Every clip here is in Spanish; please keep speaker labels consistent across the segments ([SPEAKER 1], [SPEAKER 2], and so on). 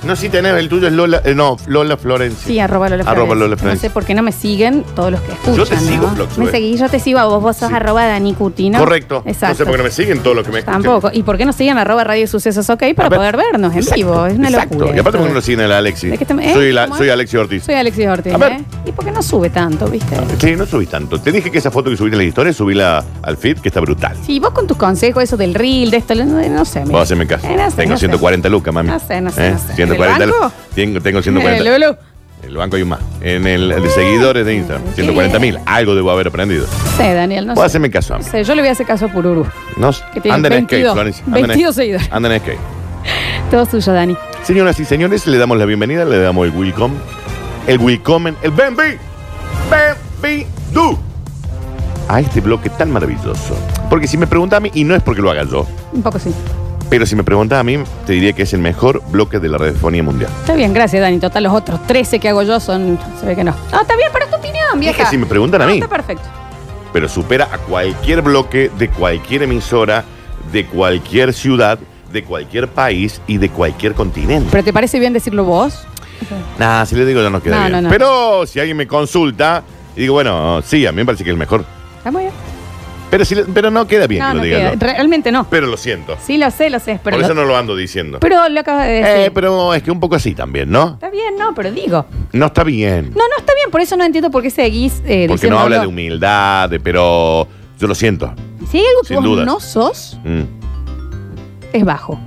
[SPEAKER 1] No, si tenés, el tuyo es Lola, eh, no, Lola Florencia.
[SPEAKER 2] Sí, arroba Lola
[SPEAKER 1] Arroba
[SPEAKER 2] Florencia.
[SPEAKER 1] Lola Florencia.
[SPEAKER 2] No sé por qué no me siguen todos los que escuchan.
[SPEAKER 1] Yo te sigo,
[SPEAKER 2] ¿no?
[SPEAKER 1] Flox,
[SPEAKER 2] Me
[SPEAKER 1] eh.
[SPEAKER 2] seguís, yo te sigo a vos, vos sos arroba Dani Curtino.
[SPEAKER 1] Correcto.
[SPEAKER 2] Exacto.
[SPEAKER 1] No sé por qué no me siguen todo lo que me escuchan.
[SPEAKER 2] Tampoco. ¿Y por qué no siguen arroba radio sucesos, ok? Para
[SPEAKER 1] A ver.
[SPEAKER 2] poder vernos en
[SPEAKER 1] Exacto,
[SPEAKER 2] vivo. Es una
[SPEAKER 1] exacto.
[SPEAKER 2] locura.
[SPEAKER 1] Y aparte, ¿por qué
[SPEAKER 2] esto.
[SPEAKER 1] no lo siguen el Alexi?
[SPEAKER 2] ¿De qué estamos- eh?
[SPEAKER 1] Soy, la-
[SPEAKER 2] ¿Cómo es?
[SPEAKER 1] soy Alexi Ortiz.
[SPEAKER 2] Soy Alexis Ortiz,
[SPEAKER 1] A ver.
[SPEAKER 2] ¿eh? ¿Y por qué no sube tanto, viste?
[SPEAKER 1] Sí, no subí tanto. Te dije que esa foto que subí en las historias, subíla al feed, que está brutal.
[SPEAKER 2] Sí, vos con tus consejos, eso del reel, de esto, no, no sé. mira.
[SPEAKER 1] Vos haceme caso.
[SPEAKER 2] Eh, no sé,
[SPEAKER 1] tengo
[SPEAKER 2] no sé.
[SPEAKER 1] 140 lucas, mami. ¿Eh?
[SPEAKER 2] No sé, no sé, no sé. ¿En
[SPEAKER 1] 140
[SPEAKER 2] el banco?
[SPEAKER 1] Tengo, tengo 140.
[SPEAKER 2] Eh, Lulu.
[SPEAKER 1] El banco hay un más. En el de seguidores de Instagram.
[SPEAKER 2] Bien.
[SPEAKER 1] 140 mil. Algo debo haber aprendido.
[SPEAKER 2] Eh, No sé, Daniel, no
[SPEAKER 1] Vos
[SPEAKER 2] sé.
[SPEAKER 1] haceme caso a
[SPEAKER 2] No
[SPEAKER 1] mí.
[SPEAKER 2] sé, yo le voy a hacer caso a Pururu.
[SPEAKER 1] No,
[SPEAKER 2] Que tiene
[SPEAKER 1] anda en
[SPEAKER 2] 22,
[SPEAKER 1] skate, Florencia. anda en-
[SPEAKER 2] 22 seguidores.
[SPEAKER 1] Anda en skate.
[SPEAKER 2] Todo suyo, Dani.
[SPEAKER 1] Señoras y señores, le damos la bienvenida, le damos el welcome, el welcome, el benvi, benvidu a este bloque tan maravilloso. Porque si me pregunta a mí, y no es porque lo haga yo,
[SPEAKER 2] Un poco sí.
[SPEAKER 1] pero si me pregunta a mí, te diría que es el mejor bloque de la radiofonía mundial.
[SPEAKER 2] Está bien, gracias, Dani. Total, los otros 13 que hago yo son. Se ve que no. No, está bien, pero es tu opinión,
[SPEAKER 1] Es
[SPEAKER 2] vieja.
[SPEAKER 1] que si me preguntan a
[SPEAKER 2] No,
[SPEAKER 1] mí,
[SPEAKER 2] Está perfecto.
[SPEAKER 1] pero supera a cualquier bloque de cualquier emisora, de cualquier ciudad, de cualquier país y de cualquier continente.
[SPEAKER 2] ¿Pero te parece bien decirlo vos?
[SPEAKER 1] Nah, si le digo ya no queda
[SPEAKER 2] No,
[SPEAKER 1] bien.
[SPEAKER 2] no, no.
[SPEAKER 1] Pero si alguien me consulta y digo, bueno, sí, a mí me parece que es el mejor.
[SPEAKER 2] Está muy bien.
[SPEAKER 1] Pero, si le- pero no queda bien
[SPEAKER 2] no,
[SPEAKER 1] que
[SPEAKER 2] no
[SPEAKER 1] lo diga
[SPEAKER 2] queda.
[SPEAKER 1] yo.
[SPEAKER 2] Re- Realmente no.
[SPEAKER 1] Pero lo siento.
[SPEAKER 2] Sí, lo sé, lo sé. Pero,
[SPEAKER 1] Por
[SPEAKER 2] lo,
[SPEAKER 1] eso no lo ando diciendo.
[SPEAKER 2] pero lo acabas de decir.
[SPEAKER 1] Eh, pero es que un poco así también, ¿no?
[SPEAKER 2] Está bien, no, pero digo.
[SPEAKER 1] No está bien.
[SPEAKER 2] No, no está bien, por eso no entiendo por qué seguís eh,
[SPEAKER 1] porque
[SPEAKER 2] diciéndolo.
[SPEAKER 1] no habla de humildad, de- pero yo lo siento.
[SPEAKER 2] Si hay algo que
[SPEAKER 1] Sin
[SPEAKER 2] vos
[SPEAKER 1] dudas.
[SPEAKER 2] no sos,
[SPEAKER 1] Mm,
[SPEAKER 2] es bajo.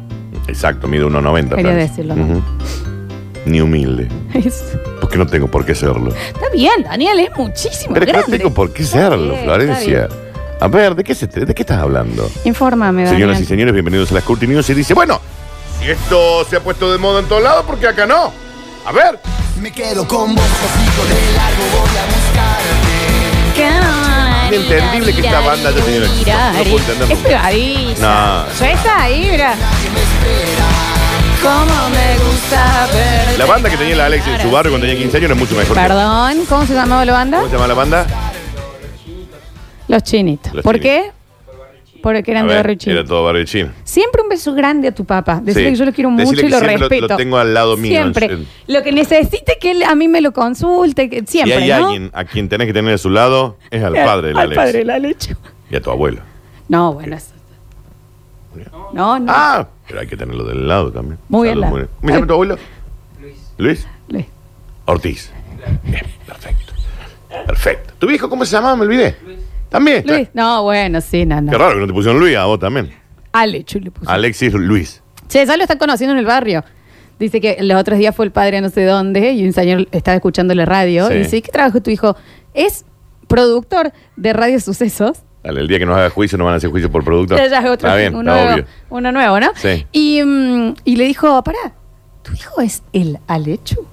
[SPEAKER 1] exacto, mide 1,90.
[SPEAKER 2] Quería
[SPEAKER 1] Florencia.
[SPEAKER 2] decirlo.
[SPEAKER 1] Ujú. Ni humilde.
[SPEAKER 2] Es-
[SPEAKER 1] Porque no tengo por qué serlo.
[SPEAKER 2] Está bien, Daniel, es muchísimo.
[SPEAKER 1] Pero es que no
[SPEAKER 2] grande.
[SPEAKER 1] tengo por qué
[SPEAKER 2] Está
[SPEAKER 1] serlo,
[SPEAKER 2] bien,
[SPEAKER 1] Florencia.
[SPEAKER 2] está
[SPEAKER 1] A ver, ¿de qué, se, tra- ¿de qué estás hablando?
[SPEAKER 2] bien. Infórmame, Daniel.
[SPEAKER 1] Señoras y señores, bienvenidos a las Curti News. Y dice, bueno, si esto se ha puesto de moda en todos lados, porque acá no? A ver.
[SPEAKER 3] Me quedo con vos, contigo de largo voy a buscarte.
[SPEAKER 1] Es entendible que esta banda ya tenía un éxito. No puedo entenderlo.
[SPEAKER 2] Es privadiza.
[SPEAKER 1] No.
[SPEAKER 2] Yo esa ahí, mira. Cómo me gusta verte
[SPEAKER 1] La banda que tenía la Alex en su barrio cuando tenía 15 años no es mucho mejor. que-
[SPEAKER 2] Perdón, ¿cómo se llamaba la banda?
[SPEAKER 1] ¿Cómo se llama la banda?
[SPEAKER 2] Los Chinitos.
[SPEAKER 1] Los
[SPEAKER 2] ¿Por
[SPEAKER 1] Chinitos.
[SPEAKER 2] qué? Porque
[SPEAKER 1] A
[SPEAKER 2] eran de
[SPEAKER 1] ver,
[SPEAKER 2] barrio chino.
[SPEAKER 1] Era todo barrio chino.
[SPEAKER 2] Siempre un beso grande a tu papá. Decirle
[SPEAKER 1] Sí.
[SPEAKER 2] que yo lo quiero
[SPEAKER 1] Decirle
[SPEAKER 2] mucho
[SPEAKER 1] que
[SPEAKER 2] y lo
[SPEAKER 1] siempre lo-
[SPEAKER 2] respeto.
[SPEAKER 1] lo tengo al lado mío.
[SPEAKER 2] Siempre.
[SPEAKER 1] En-
[SPEAKER 2] Lo que necesite que él a mí me lo consulte. que-
[SPEAKER 1] Si
[SPEAKER 2] siempre.
[SPEAKER 1] hay
[SPEAKER 2] ¿no?
[SPEAKER 1] alguien a quien tenés que tener a su lado, es al padre de la
[SPEAKER 2] Al padre de
[SPEAKER 1] Alex.
[SPEAKER 2] la leche.
[SPEAKER 1] Y a tu abuelo.
[SPEAKER 2] No, bueno. eso- No, no.
[SPEAKER 1] Ah, pero hay que tenerlo del lado también.
[SPEAKER 2] Muy al
[SPEAKER 1] Saludos,
[SPEAKER 2] lado.
[SPEAKER 1] ¿Cómo se llama tu abuelo? Luis. Luis
[SPEAKER 2] Luis.
[SPEAKER 1] Ortiz. Bien, perfecto. Perfecto. ¿Tu viejo cómo se llamaba? Me olvidé. También. está-
[SPEAKER 2] Luis. No, bueno, sí, no,
[SPEAKER 1] Qué
[SPEAKER 2] no.
[SPEAKER 1] raro que no te pusieron Luis, a vos también.
[SPEAKER 2] Alechu le puso.
[SPEAKER 1] Alexis Luis.
[SPEAKER 2] Che, ya lo están conociendo en el barrio. Dice que los otros días fue el padre a no sé dónde y un señor estaba escuchando la radio
[SPEAKER 1] Sí.
[SPEAKER 2] y dice, ¿qué trabajo tu hijo? Es productor de Radio Sucesos.
[SPEAKER 1] Dale, el día que nos haga juicio, nos van a hacer juicio por producto.
[SPEAKER 2] Ya, ya es otro,
[SPEAKER 1] está bien,
[SPEAKER 2] uno,
[SPEAKER 1] está
[SPEAKER 2] nuevo,
[SPEAKER 1] obvio.
[SPEAKER 2] uno nuevo, ¿no?
[SPEAKER 1] Sí.
[SPEAKER 2] Y, mm, y le dijo, pará, ¿tu hijo es el Alechu?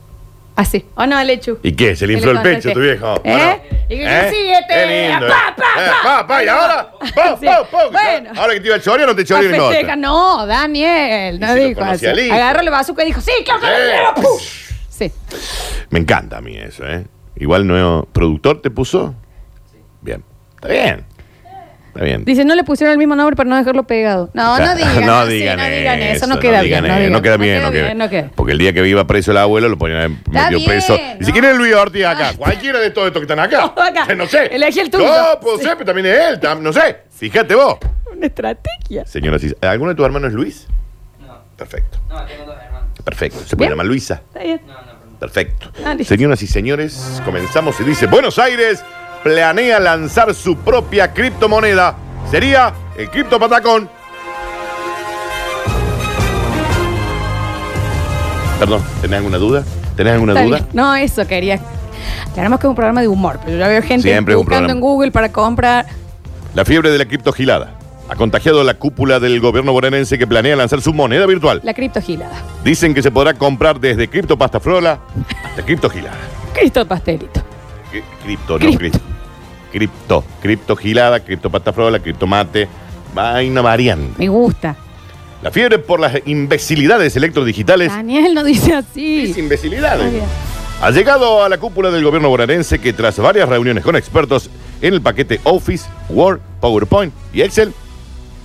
[SPEAKER 2] Así, ¿o no, Alechu?
[SPEAKER 1] ¿Y qué? ¿Se le
[SPEAKER 2] Que
[SPEAKER 1] infló
[SPEAKER 2] le
[SPEAKER 1] el pecho
[SPEAKER 2] contaste.
[SPEAKER 1] a tu viejo?
[SPEAKER 2] ¿Eh?
[SPEAKER 1] ¿O no?
[SPEAKER 2] Y que sí, este,
[SPEAKER 1] Qué lindo,
[SPEAKER 2] pa,
[SPEAKER 1] eh.
[SPEAKER 2] pa,
[SPEAKER 1] Eh,
[SPEAKER 2] pa.
[SPEAKER 1] pa, pa, y ahora. Pa,
[SPEAKER 2] Sí.
[SPEAKER 1] pa, pa.
[SPEAKER 2] Bueno.
[SPEAKER 1] Ahora que te iba el choreo, no te choreo ni
[SPEAKER 2] Ah,
[SPEAKER 1] no.
[SPEAKER 2] festeja. No, Daniel, no
[SPEAKER 1] si lo
[SPEAKER 2] dijo así.
[SPEAKER 1] conocía al hijo.
[SPEAKER 2] Agarró el bazooka y dijo, sí, claro que lo
[SPEAKER 1] Eh.
[SPEAKER 2] quiero, ¡pum! Sí.
[SPEAKER 1] Me encanta a mí eso, ¿eh? Igual nuevo productor te puso. Bien. Está bien. Está bien.
[SPEAKER 2] Dice, no le pusieron el mismo nombre para no dejarlo pegado. No, no digan,
[SPEAKER 1] no
[SPEAKER 2] sí,
[SPEAKER 1] digan
[SPEAKER 2] no digan eso, no
[SPEAKER 1] eso,
[SPEAKER 2] queda
[SPEAKER 1] digan
[SPEAKER 2] bien.
[SPEAKER 1] eso,
[SPEAKER 2] digan,
[SPEAKER 1] no queda bien, no queda bien.
[SPEAKER 2] no queda bien.
[SPEAKER 1] Porque el día que viva preso el abuelo lo ponían
[SPEAKER 2] Está
[SPEAKER 1] metido
[SPEAKER 2] bien,
[SPEAKER 1] preso. Y si
[SPEAKER 2] ¿no?
[SPEAKER 1] quién es Luis Ortiz acá, cualquiera de todos estos que están acá.
[SPEAKER 2] Todos acá.
[SPEAKER 1] No sé.
[SPEAKER 2] Elegí el tuyo.
[SPEAKER 1] No, pues
[SPEAKER 2] Sí.
[SPEAKER 1] sé, pero también es él, tam- no sé. Fíjate vos.
[SPEAKER 2] Una estrategia.
[SPEAKER 1] Señora, Cis- ¿alguno de tus hermanos es Luis? No. Perfecto. No, tengo dos hermanos. Perfecto. Se puede
[SPEAKER 2] Bien.
[SPEAKER 1] llamar Luisa.
[SPEAKER 2] Está bien.
[SPEAKER 1] Perfecto.
[SPEAKER 2] Ah, listo.
[SPEAKER 1] Señoras y señores, comenzamos y dice, Buenos Aires planea lanzar su propia criptomoneda. Sería el cripto patacón. Perdón, ¿tenés alguna duda? ¿Tenés alguna
[SPEAKER 2] Está
[SPEAKER 1] duda?
[SPEAKER 2] bien. No, eso quería. Aclaramos que es un programa de humor, pero yo veo gente
[SPEAKER 1] Siempre es un
[SPEAKER 2] buscando
[SPEAKER 1] programa.
[SPEAKER 2] en Google para comprar.
[SPEAKER 1] La fiebre de la criptogilada. Ha contagiado la cúpula del gobierno bonaerense que planea lanzar su moneda virtual.
[SPEAKER 2] La criptogilada.
[SPEAKER 1] Dicen que se podrá comprar desde Cripto Pasta Frola hasta Cripto Gilada.
[SPEAKER 2] Cristo pastelito.
[SPEAKER 1] Cri- Cripto, no
[SPEAKER 2] Cripto.
[SPEAKER 1] Cripto. Cripto. Cripto Gilada, Cripto Pasta Frola, Cripto Mate. Vaina variante.
[SPEAKER 2] Me gusta.
[SPEAKER 1] La fiebre por las imbecilidades electrodigitales.
[SPEAKER 2] Daniel no dice así.
[SPEAKER 1] Es imbecilidades.
[SPEAKER 2] Está bien.
[SPEAKER 1] Ha llegado a la cúpula del gobierno bonaerense que tras varias reuniones con expertos en el paquete Office, Word, PowerPoint y Excel,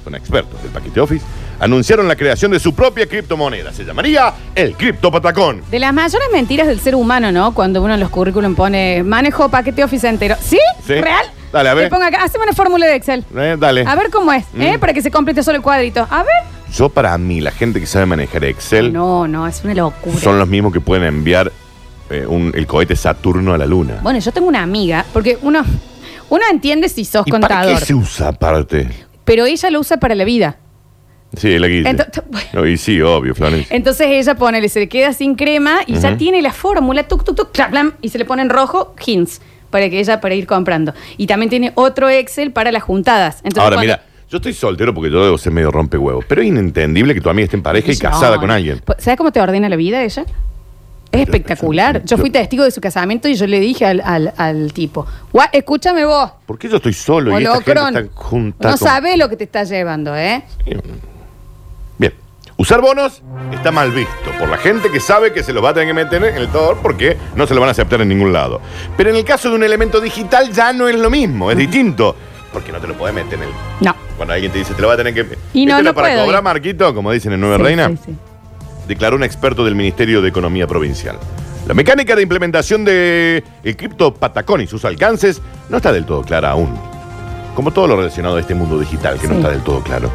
[SPEAKER 1] con expertos del paquete Office, anunciaron la creación de su propia criptomoneda. Se llamaría el Cripto Patacón.
[SPEAKER 2] De las mayores mentiras del ser humano, ¿no? Cuando uno en los currículum pone manejo paquete office entero. ¿Sí?
[SPEAKER 1] Sí.
[SPEAKER 2] ¿Real?
[SPEAKER 1] Dale, a ver.
[SPEAKER 2] Que ponga acá, haceme una fórmula de Excel.
[SPEAKER 1] Eh, dale.
[SPEAKER 2] A ver cómo es, ¿eh?
[SPEAKER 1] Mm.
[SPEAKER 2] Para que se complete solo el cuadrito. A ver.
[SPEAKER 1] Yo para mí, la gente que sabe manejar Excel
[SPEAKER 2] No, no, es una locura.
[SPEAKER 1] son los mismos que pueden enviar eh, un- el cohete Saturno a la Luna.
[SPEAKER 2] Bueno, yo tengo una amiga, porque uno, uno entiende si sos
[SPEAKER 1] ¿Y
[SPEAKER 2] contador,
[SPEAKER 1] para qué se usa aparte?
[SPEAKER 2] pero ella lo usa para la vida.
[SPEAKER 1] Sí, la guía.
[SPEAKER 2] Entonces-
[SPEAKER 1] No, y sí, obvio, Florencia.
[SPEAKER 2] Entonces ella pone, se le queda sin crema y ya
[SPEAKER 1] Ujú.
[SPEAKER 2] tiene la fórmula, tuk, tuk, tuk, clap, clam, y se le pone en rojo, hints, para que ella para ir comprando. Y también tiene otro Excel para las juntadas. Entonces,
[SPEAKER 1] Ahora,
[SPEAKER 2] cuando-
[SPEAKER 1] mira, yo estoy soltero porque yo debo ser medio rompehuevos, pero es inentendible que tu amiga esté en pareja y
[SPEAKER 2] No,
[SPEAKER 1] casada
[SPEAKER 2] no.
[SPEAKER 1] con alguien.
[SPEAKER 2] Pues, ¿Sabes cómo te ordena la vida ella? Es espectacular. Yo fui testigo de su casamiento y yo le dije al, al- al tipo, "Gua- escúchame vos,
[SPEAKER 1] ¿Por qué yo estoy solo y esta
[SPEAKER 2] Holocron,
[SPEAKER 1] gente está junta?
[SPEAKER 2] no
[SPEAKER 1] con-
[SPEAKER 2] sabes lo que te está llevando, ¿eh?
[SPEAKER 1] mm, Bien. Usar bonos está mal visto por la gente que sabe que se los va a tener que meter en el todo porque no se lo van a aceptar en ningún lado. Pero en el caso de un elemento digital ya no es lo mismo, es distinto. Porque no te lo podés meter en el.
[SPEAKER 2] No.
[SPEAKER 1] Cuando alguien te dice, te lo va a tener que.
[SPEAKER 2] Y no,
[SPEAKER 1] Este era
[SPEAKER 2] no
[SPEAKER 1] para
[SPEAKER 2] puedo
[SPEAKER 1] cobrar,
[SPEAKER 2] ir.
[SPEAKER 1] Marquito, como dicen en Nueva
[SPEAKER 2] Sí,
[SPEAKER 1] Reina.
[SPEAKER 2] sí, sí.
[SPEAKER 1] declaró un experto del Ministerio de Economía Provincial. La mecánica de implementación de el cripto Patacón y sus alcances no está del todo clara aún. Como todo lo relacionado a este mundo digital que no
[SPEAKER 2] Sí.
[SPEAKER 1] está del todo claro.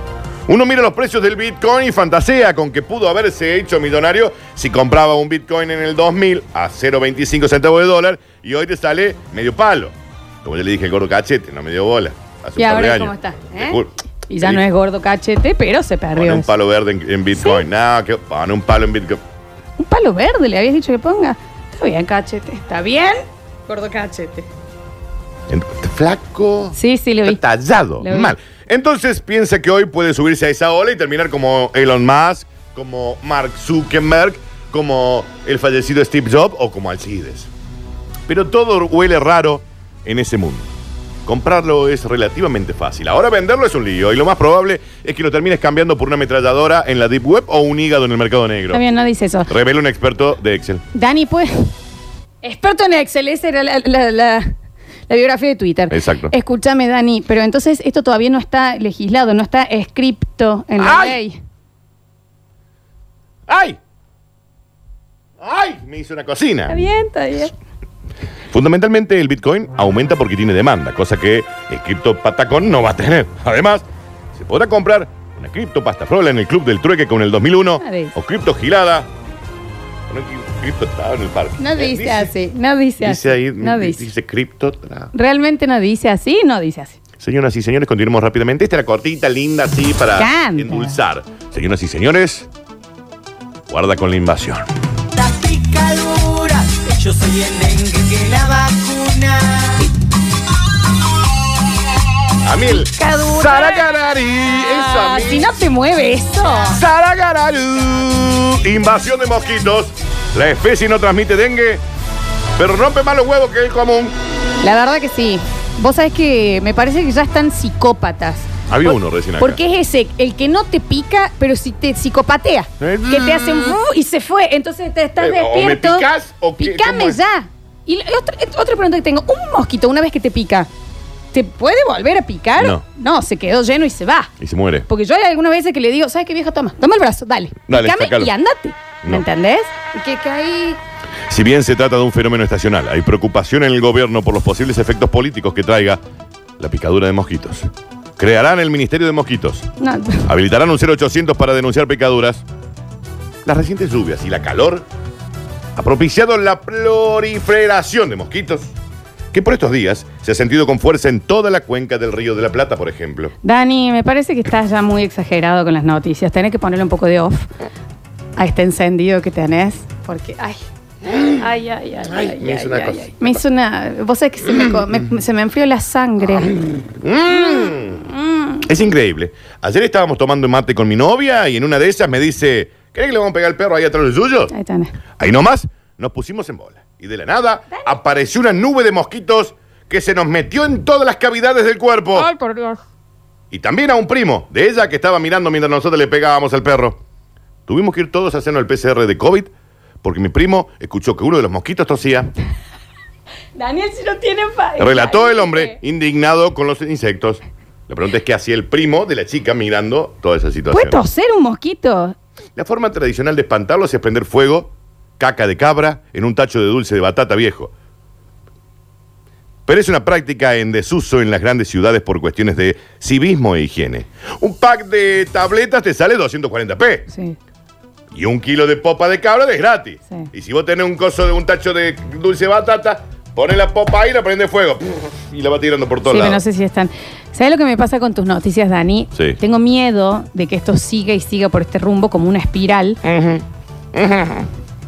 [SPEAKER 1] Uno mira los precios del Bitcoin y fantasea con que pudo haberse hecho millonario si compraba un Bitcoin en el 2000 a 0.25 centavos de dólar y hoy te sale medio palo. Como yo le dije, el gordo cachete, no me dio bola. Hace
[SPEAKER 2] Y
[SPEAKER 1] un par de
[SPEAKER 2] ahora
[SPEAKER 1] años.
[SPEAKER 2] cómo está.
[SPEAKER 1] Te
[SPEAKER 2] ¿eh?
[SPEAKER 1] juro.
[SPEAKER 2] Y ya
[SPEAKER 1] Sí.
[SPEAKER 2] no es gordo cachete, pero se
[SPEAKER 1] Pone
[SPEAKER 2] perdió.
[SPEAKER 1] un
[SPEAKER 2] eso.
[SPEAKER 1] palo verde en, en Bitcoin. No, que pone un palo en Bitcoin.
[SPEAKER 2] Un palo verde le habías dicho que ponga. Está bien, cachete. Está bien, gordo cachete.
[SPEAKER 1] En- flaco.
[SPEAKER 2] Sí, sí, lo vi.
[SPEAKER 1] Está tallado.
[SPEAKER 2] Lo vi.
[SPEAKER 1] Mal. Entonces piensa que hoy puede subirse a esa ola y terminar como Elon Musk, como Mark Zuckerberg, como el fallecido Steve Jobs o como Alcides. Pero todo huele raro en ese mundo. Comprarlo es relativamente fácil. Ahora venderlo es un lío y lo más probable es que lo termines cambiando por una ametralladora en la Deep Web o un hígado en el mercado negro.
[SPEAKER 2] Está bien, no dice eso.
[SPEAKER 1] Revela un experto de Excel.
[SPEAKER 2] Dani, pues. Experto en Excel, esa era la, la- la- la biografía de Twitter.
[SPEAKER 1] Exacto.
[SPEAKER 2] Escúchame, Dani, pero entonces esto todavía no está legislado, no está escrito en la
[SPEAKER 1] ¡Ay!
[SPEAKER 2] ley.
[SPEAKER 1] ¡Ay! ¡Ay! Me hice una cocina.
[SPEAKER 2] Está bien, está bien.
[SPEAKER 1] Fundamentalmente el Bitcoin aumenta porque tiene demanda, cosa que el cripto patacón no va a tener. Además, se podrá comprar una cripto pastafrola en el club del trueque con el 2001
[SPEAKER 2] A ver.
[SPEAKER 1] o cripto gilada. Bueno, cri- cripto traba en el parque.
[SPEAKER 2] No
[SPEAKER 1] Eh,
[SPEAKER 2] dice así, no dice así.
[SPEAKER 1] Dice ahí,
[SPEAKER 2] no
[SPEAKER 1] di-
[SPEAKER 2] dice.
[SPEAKER 1] dice cripto traba.
[SPEAKER 2] Realmente no dice así, no dice así.
[SPEAKER 1] Señoras y señores, continuemos rápidamente. Esta era cortita, linda, así para
[SPEAKER 2] Canta.
[SPEAKER 1] endulzar. Señoras y señores, guarda con la invasión.
[SPEAKER 4] La picadura, yo soy el dengue que la vacuna.
[SPEAKER 1] A mí el
[SPEAKER 2] Picadura.
[SPEAKER 1] Saracarari, eso a
[SPEAKER 2] Ah,
[SPEAKER 1] mí.
[SPEAKER 2] si no te mueve eso.
[SPEAKER 1] Saragararú. Invasión de mosquitos. La especie no transmite dengue, pero rompe más los huevos que el común.
[SPEAKER 2] La verdad que sí. Vos sabés que me parece que ya están psicópatas.
[SPEAKER 1] Había uno recién acá.
[SPEAKER 2] Porque es ese, el que no te pica, pero si te psicopatea.
[SPEAKER 1] Eh,
[SPEAKER 2] Que te hacen y se fue. Entonces te estás
[SPEAKER 1] Eh, o me
[SPEAKER 2] despierto.
[SPEAKER 1] picás o qué,
[SPEAKER 2] Picame
[SPEAKER 1] ¿cómo es?
[SPEAKER 2] ya. Y la- otra, eh, otra pregunta que tengo. Un mosquito, una vez que te pica, ¿te puede volver a picar?
[SPEAKER 1] No.
[SPEAKER 2] se quedó lleno y se va.
[SPEAKER 1] Y se muere.
[SPEAKER 2] Porque yo hay algunas veces que le digo, ¿sabes qué vieja? Toma, toma el brazo, dale.
[SPEAKER 1] Dale,
[SPEAKER 2] picame
[SPEAKER 1] sacalo.
[SPEAKER 2] y andate. ¿Me
[SPEAKER 1] No.
[SPEAKER 2] entendés? Y que, que ahí.
[SPEAKER 1] Si bien se trata de un fenómeno estacional, hay preocupación en el gobierno por los posibles efectos políticos que traiga la picadura de mosquitos. Crearán el Ministerio de Mosquitos.
[SPEAKER 2] No.
[SPEAKER 1] Habilitarán un 0800 para denunciar picaduras. Las recientes lluvias y la calor ha propiciado la proliferación de mosquitos, que por estos días se ha sentido con fuerza en toda la cuenca del Río de la Plata, por ejemplo.
[SPEAKER 2] Dani, me parece que estás ya muy exagerado con las noticias. Tenés que ponerle un poco de off a este encendido que tenés. Porque, ay. Ay, ay, ay, ay,
[SPEAKER 1] Ay, me hizo
[SPEAKER 2] ay,
[SPEAKER 1] una
[SPEAKER 2] ay,
[SPEAKER 1] cosa.
[SPEAKER 2] ay. Me hizo una. Vos sabés que se me, co- me- se me enfrió la sangre.
[SPEAKER 1] Mm. Es increíble. Ayer estábamos tomando mate con mi novia y en una de esas me dice, ¿crees que le vamos a pegar el perro ahí atrás del suyo?
[SPEAKER 2] Ahí tenés.
[SPEAKER 1] Ahí nomás nos pusimos en bola. Y de la nada apareció una nube de mosquitos que se nos metió en todas las cavidades del cuerpo.
[SPEAKER 2] Ay, por Dios.
[SPEAKER 1] Y también a un primo de ella que estaba mirando mientras nosotros le pegábamos al perro. Tuvimos que ir todos a hacernos el PCR de COVID porque mi primo escuchó que uno de los mosquitos tosía.
[SPEAKER 2] Daniel, si no tiene pa-
[SPEAKER 1] Relató el hombre indignado con los insectos. La pregunta es qué hacía el primo de la chica mirando toda esa
[SPEAKER 2] ¿Puede
[SPEAKER 1] situación.
[SPEAKER 2] toser un mosquito?
[SPEAKER 1] La forma tradicional de espantarlos es prender fuego, caca de cabra, en un tacho de dulce de batata viejo. Pero es una práctica en desuso en las grandes ciudades por cuestiones de civismo e higiene. Un pack de tabletas te sale 240p.
[SPEAKER 2] Sí.
[SPEAKER 1] Y un kilo de popa de cabra es gratis.
[SPEAKER 2] Sí.
[SPEAKER 1] Y si vos tenés un coso de un tacho de dulce de batata, pones la popa ahí y la prende fuego. Y la va tirando por todos
[SPEAKER 2] Sí, pero no
[SPEAKER 1] lados.
[SPEAKER 2] sé si están. ¿Sabes lo que me pasa con tus noticias, Dani?
[SPEAKER 1] Sí.
[SPEAKER 2] Tengo miedo de que esto siga y siga por este rumbo como una espiral.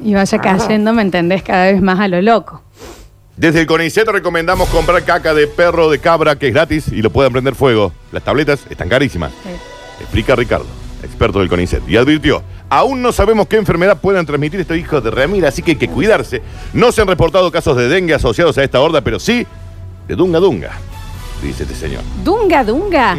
[SPEAKER 2] Y vaya cayendo, ¿me entendés? Cada vez más a lo loco.
[SPEAKER 1] Desde el CONICET recomendamos comprar caca de perro, de cabra, que es gratis y lo pueden prender fuego. Las tabletas están carísimas. Explica Ricardo, experto del CONICET. Y advirtió, aún no sabemos qué enfermedad puedan transmitir estos hijos de Ramírez, así que hay que cuidarse. No se han reportado casos de dengue asociados a esta horda, pero sí de dunga dunga, dice este señor.
[SPEAKER 2] Dunga, dunga.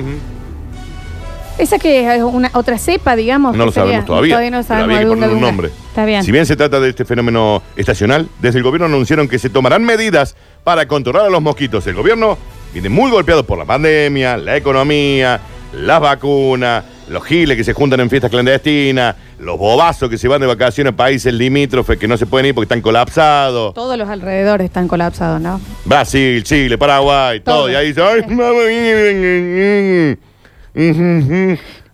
[SPEAKER 2] Esa que es una, otra cepa, digamos.
[SPEAKER 1] No
[SPEAKER 2] ¿qué
[SPEAKER 1] lo
[SPEAKER 2] sería?
[SPEAKER 1] sabemos todavía.
[SPEAKER 2] Todavía no
[SPEAKER 1] pero
[SPEAKER 2] sabemos.
[SPEAKER 1] había que
[SPEAKER 2] dunga,
[SPEAKER 1] ponerle un
[SPEAKER 2] dunga.
[SPEAKER 1] nombre.
[SPEAKER 2] Está bien.
[SPEAKER 1] Si bien se trata de este fenómeno estacional, desde el gobierno anunciaron que se tomarán medidas para controlar a los mosquitos. El gobierno viene muy golpeado por la pandemia, la economía, las vacunas, los giles que se juntan en fiestas clandestinas, los bobazos que se van de vacaciones a países limítrofes que no se pueden ir porque están colapsados.
[SPEAKER 2] Todos los alrededores están colapsados, ¿no?
[SPEAKER 1] Brasil, Chile, Paraguay, todo.
[SPEAKER 2] Todo.
[SPEAKER 1] Y ahí dice, "Ay, mamá".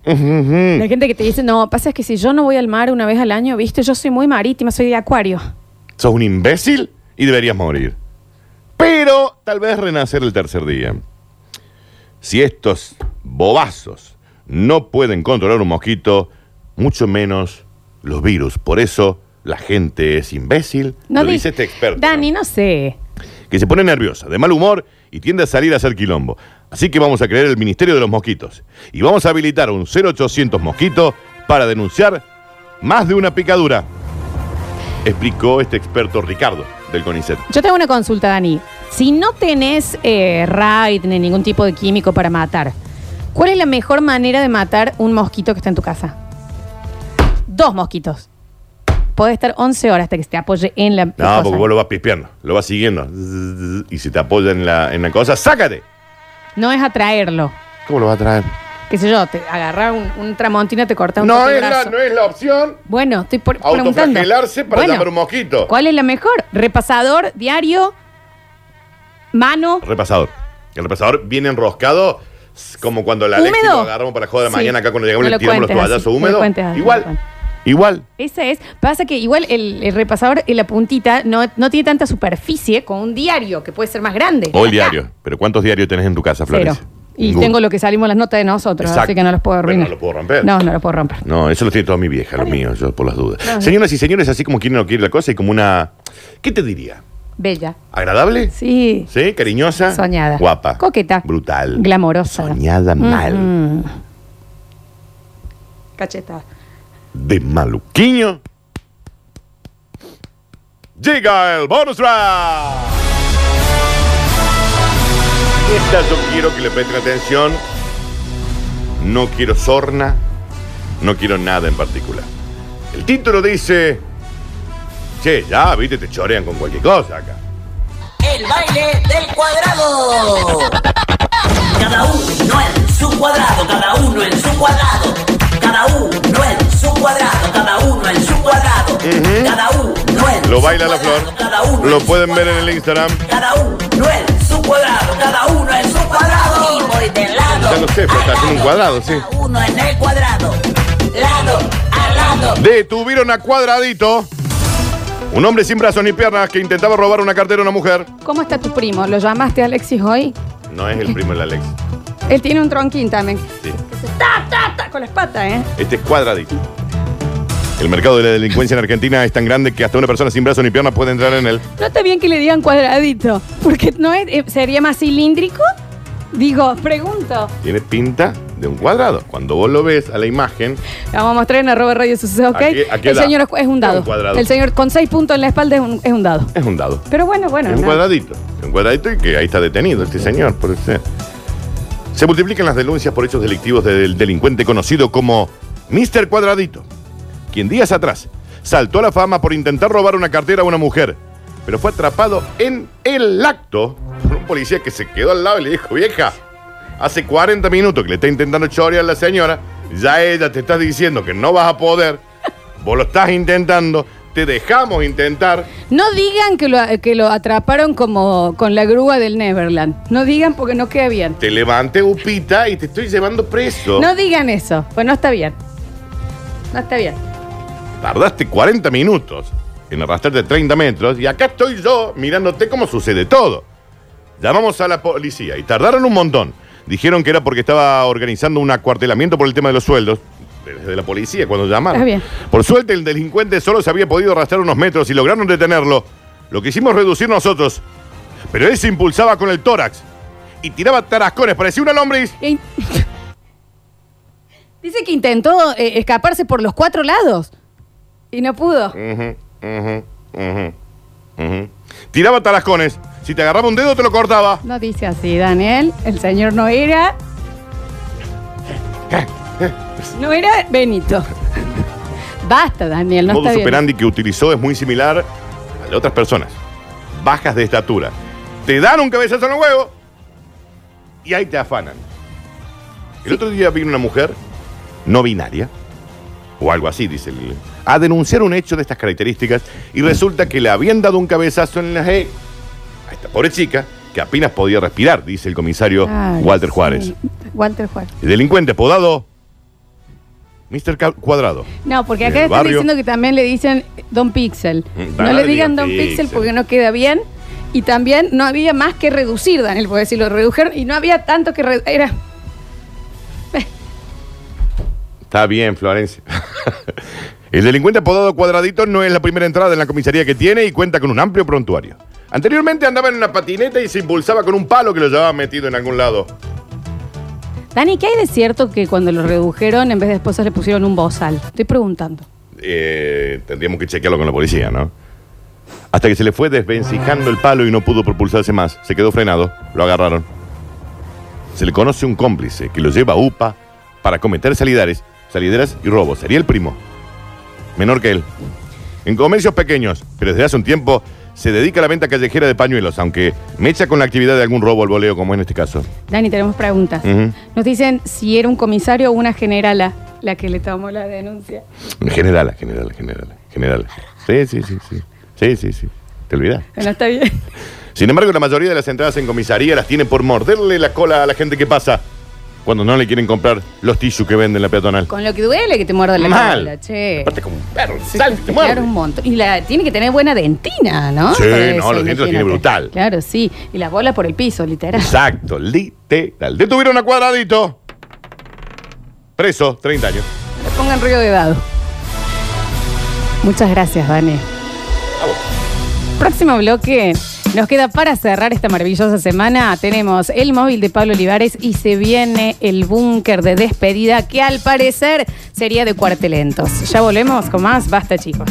[SPEAKER 2] La gente que te dice, no, pasa es que si yo no voy al mar una vez al año, viste, yo soy muy marítima, soy de acuario.
[SPEAKER 1] sos un imbécil y deberías morir. Pero tal vez renacer el tercer día. Si estos bobazos no pueden controlar un mosquito, mucho menos los virus. Por eso la gente es imbécil,
[SPEAKER 2] No
[SPEAKER 1] lo
[SPEAKER 2] di-
[SPEAKER 1] dice este experto.
[SPEAKER 2] Dani, no sé.
[SPEAKER 1] Que se pone nerviosa, de mal humor y tiende a salir a hacer quilombo. Así que vamos a crear el Ministerio de los Mosquitos. Y vamos a habilitar un 0800 mosquito para denunciar más de una picadura. Explicó este experto Ricardo del CONICET.
[SPEAKER 2] Yo tengo una consulta, Dani. Si no tenés eh, raid ni ningún tipo de químico para matar, ¿cuál es la mejor manera de matar un mosquito que está en tu casa? Dos mosquitos. Podés estar 11 horas hasta que se te apoye en la.
[SPEAKER 1] No, porque vos lo vas pispeando, lo vas siguiendo. Zzz, Y si te apoya en la, en la cosa, ¡sácate!
[SPEAKER 2] No es atraerlo.
[SPEAKER 1] ¿Cómo lo vas a traer?
[SPEAKER 2] Qué sé yo, te agarrar un, un tramontina, te corta un
[SPEAKER 1] No
[SPEAKER 2] poco el
[SPEAKER 1] es, la,
[SPEAKER 2] brazo.
[SPEAKER 1] no es la opción
[SPEAKER 2] Bueno, estoy por, preguntando.
[SPEAKER 1] autoflagelarse para
[SPEAKER 2] Bueno,
[SPEAKER 1] llamar un mosquito.
[SPEAKER 2] ¿Cuál es la mejor? ¿Repasador, diario, mano?
[SPEAKER 1] Repasador. El repasador viene enroscado, s- como cuando la Lexi
[SPEAKER 2] ¿Húmedo?
[SPEAKER 1] lo agarramos para la joda de
[SPEAKER 2] Sí.
[SPEAKER 1] mañana acá
[SPEAKER 2] No
[SPEAKER 1] cuando llegamos
[SPEAKER 2] lo
[SPEAKER 1] le tiramos los
[SPEAKER 2] cuentes así,
[SPEAKER 1] toallazos
[SPEAKER 2] no lo
[SPEAKER 1] húmedos.
[SPEAKER 2] cuentes así, no lo
[SPEAKER 1] Igual,
[SPEAKER 2] cuentes.
[SPEAKER 1] igual.
[SPEAKER 2] Esa es. Pasa que igual el, el repasador y la puntita no, no tiene tanta superficie con un diario, que puede ser más grande.
[SPEAKER 1] O el
[SPEAKER 2] Acá,
[SPEAKER 1] diario. Pero ¿cuántos diarios tenés en tu casa,
[SPEAKER 2] Cero.
[SPEAKER 1] Flores?
[SPEAKER 2] Y tengo lo que salimos las notas de nosotros,
[SPEAKER 1] Exacto.
[SPEAKER 2] así que no los puedo
[SPEAKER 1] Pero
[SPEAKER 2] arruinar.
[SPEAKER 1] no lo puedo romper.
[SPEAKER 2] No, no lo puedo romper.
[SPEAKER 1] No, eso lo tiene toda mi vieja, lo mío, yo por las dudas. Señoras y señores, así como quieren o no quieren la cosa, y como una. ¿Qué te diría?
[SPEAKER 2] Bella.
[SPEAKER 1] ¿Agradable?
[SPEAKER 2] Sí.
[SPEAKER 1] ¿Sí? ¿Cariñosa?
[SPEAKER 2] Soñada.
[SPEAKER 1] Guapa.
[SPEAKER 2] Coqueta.
[SPEAKER 1] Brutal.
[SPEAKER 2] Glamorosa.
[SPEAKER 1] Soñada mal.
[SPEAKER 2] Mm. Cacheta.
[SPEAKER 1] de maluquiño. Llega el bonus round. Esta yo quiero que le presten atención. No quiero sorna. No quiero nada en particular. El título dice. Che, ya, viste, te chorean con cualquier cosa acá.
[SPEAKER 4] El baile del cuadrado. Cada uno en su cuadrado, cada uno en su cuadrado. Cada uno en su cuadrado, cada uno en su cuadrado. Cada uno en
[SPEAKER 1] Lo
[SPEAKER 4] su
[SPEAKER 1] baila la
[SPEAKER 4] cuadrado,
[SPEAKER 1] flor.
[SPEAKER 4] cada uno
[SPEAKER 1] Lo
[SPEAKER 4] en su
[SPEAKER 1] pueden ver en
[SPEAKER 4] cuadrado.
[SPEAKER 1] el Instagram.
[SPEAKER 4] Cada uno en su cuadrado, cada uno en su cuadrado. Y voy de lado.
[SPEAKER 1] Ya lo sé, pero
[SPEAKER 4] a
[SPEAKER 1] está haciendo un
[SPEAKER 4] lado,
[SPEAKER 1] cuadrado, sí.
[SPEAKER 4] Cada uno en el cuadrado. Lado a lado.
[SPEAKER 1] Detuvieron a cuadradito. Un hombre sin brazos ni piernas que intentaba robar una cartera a una mujer.
[SPEAKER 2] ¿Cómo está tu primo? ¿Lo llamaste Alexis hoy?
[SPEAKER 1] No es el primo de la Alex.
[SPEAKER 2] Él tiene un tronquín también.
[SPEAKER 1] Sí.
[SPEAKER 2] ¡Ta, ta, ta! Con las patas, ¿eh?
[SPEAKER 1] Este es cuadradito. El mercado de la delincuencia en Argentina es tan grande que hasta una persona sin brazos ni piernas puede entrar en él.
[SPEAKER 2] No está bien que le digan cuadradito, porque no es, eh, sería más cilíndrico. Digo, pregunto.
[SPEAKER 1] Tiene pinta de un cuadrado. Cuando vos lo ves a la imagen,
[SPEAKER 2] La vamos a mostrar en arroba radio sucesos, ¿ok?
[SPEAKER 1] ¿A qué- a qué
[SPEAKER 2] el
[SPEAKER 1] edad?
[SPEAKER 2] señor es- es un dado.
[SPEAKER 1] Un cuadrado.
[SPEAKER 2] el señor con seis puntos en la espalda es un, es un dado.
[SPEAKER 1] es un dado.
[SPEAKER 2] Pero bueno, bueno.
[SPEAKER 1] es un
[SPEAKER 2] no.
[SPEAKER 1] cuadradito. Es un cuadradito y que ahí está detenido este señor, por eso. Se multiplican las denuncias por hechos delictivos del delincuente conocido como Mr. Cuadradito, quien días atrás saltó a la fama por intentar robar una cartera a una mujer, pero fue atrapado en el acto por un policía que se quedó al lado y le dijo, vieja, hace 40 minutos que le está intentando chorear a la señora, ya ella te está diciendo que no vas a poder, vos lo estás intentando, te dejamos intentar.
[SPEAKER 2] No digan que lo, que lo atraparon como con la grúa del Neverland. No digan porque no queda bien.
[SPEAKER 1] Te levanté, Upita, y te estoy llevando preso.
[SPEAKER 2] No digan eso, pues no está bien. No está bien.
[SPEAKER 1] Tardaste 40 minutos en arrastrarte 30 metros y acá estoy yo mirándote cómo sucede todo. Llamamos a la policía y tardaron un montón. Dijeron que era porque estaba organizando un acuartelamiento por el tema de los sueldos. Desde la policía cuando llamaron.
[SPEAKER 2] Está bien.
[SPEAKER 1] Por suerte el delincuente solo se había podido arrastrar unos metros y lograron detenerlo. Lo que hicimos reducir nosotros. Pero él se impulsaba con el tórax y tiraba tarascones, parecía una lombriz.
[SPEAKER 2] E in- Dice que intentó eh, escaparse por los cuatro lados y no pudo.
[SPEAKER 1] Ujú, ujú, ujú, ujú. Tiraba tarascones. Si te agarraba un dedo, te lo cortaba.
[SPEAKER 2] No dice así, Daniel. El señor no era. No era Benito. Basta, Daniel, no
[SPEAKER 1] El modo
[SPEAKER 2] está bien.
[SPEAKER 1] superandi que utilizó es muy similar al de otras personas. Bajas de estatura. Te dan un cabezazo en el huevo y ahí te afanan. El otro día vino una mujer no binaria, o algo así, dice el- a denunciar un hecho de estas características y resulta que le habían dado un cabezazo en la E a esta pobre chica que apenas podía respirar, dice el comisario
[SPEAKER 2] Claro,
[SPEAKER 1] Walter
[SPEAKER 2] sí.
[SPEAKER 1] Juárez.
[SPEAKER 2] Walter Juárez.
[SPEAKER 1] El delincuente apodado Mr. Ca- Cuadrado.
[SPEAKER 2] No, porque
[SPEAKER 1] En
[SPEAKER 2] acá
[SPEAKER 1] el
[SPEAKER 2] están
[SPEAKER 1] barrio.
[SPEAKER 2] diciendo que también le dicen Don Pixel.
[SPEAKER 1] Mm,
[SPEAKER 2] No
[SPEAKER 1] nada
[SPEAKER 2] le
[SPEAKER 1] le
[SPEAKER 2] digan
[SPEAKER 1] digan
[SPEAKER 2] Don Pixel.
[SPEAKER 1] Pixel.
[SPEAKER 2] porque no queda bien. Y también no había más que reducir, Daniel, porque si lo redujeron y no había tanto que... re- Era...
[SPEAKER 1] Está bien, Florencia. el delincuente apodado Cuadradito no es la primera entrada en la comisaría que tiene y cuenta con un amplio prontuario. Anteriormente andaba en una patineta y se impulsaba con un palo que lo llevaba metido en algún lado.
[SPEAKER 2] Dani, ¿qué hay de cierto que cuando lo redujeron en vez de esposas le pusieron un bozal? Estoy preguntando.
[SPEAKER 1] Eh, tendríamos que chequearlo con la policía, ¿no? Hasta que se le fue desvencijando el palo y no pudo propulsarse más. Se quedó frenado. Lo agarraron. Se le conoce un cómplice que lo lleva a UPA para cometer salidares, salideras y robos. Sería el primo. Menor que él. En comercios pequeños, pero desde hace un tiempo se dedica a la venta callejera de pañuelos, aunque mecha con la actividad de algún robo al voleo, como en este caso.
[SPEAKER 2] Dani, tenemos preguntas.
[SPEAKER 1] Ujú.
[SPEAKER 2] Nos dicen si era un comisario o una generala la que le tomó la denuncia.
[SPEAKER 1] General, general, general, general. Sí, sí, sí, sí. Sí, sí, sí. Te olvidas.
[SPEAKER 2] Bueno, está bien.
[SPEAKER 1] Sin embargo, la mayoría de las entradas en comisaría las tienen por morderle la cola a la gente que pasa cuando no le quieren comprar los tissues que venden en la peatonal.
[SPEAKER 2] Con lo que duele que te muerda la cola,
[SPEAKER 1] Mal.
[SPEAKER 2] che.
[SPEAKER 1] Aparte como un perro,
[SPEAKER 2] Sí,
[SPEAKER 1] sal, te muerde.
[SPEAKER 2] claro, un montón. Y la tiene que tener buena dentina, ¿no?
[SPEAKER 1] Sí,
[SPEAKER 2] Por
[SPEAKER 1] no, los dientes los tiene
[SPEAKER 2] imagínate.
[SPEAKER 1] brutal.
[SPEAKER 2] Claro, sí. Y las bolas por el piso, literal.
[SPEAKER 1] Exacto, literal. Detuvieron a Cuadradito. Preso, 30 años.
[SPEAKER 2] Le pongan ruido de dado. Muchas gracias, Dani. Próximo bloque. Nos queda para cerrar esta maravillosa semana. Tenemos el móvil de Pablo Olivares y se viene el búnker de despedida que al parecer sería de cuartelentos. Ya volvemos con más. Basta, chicos.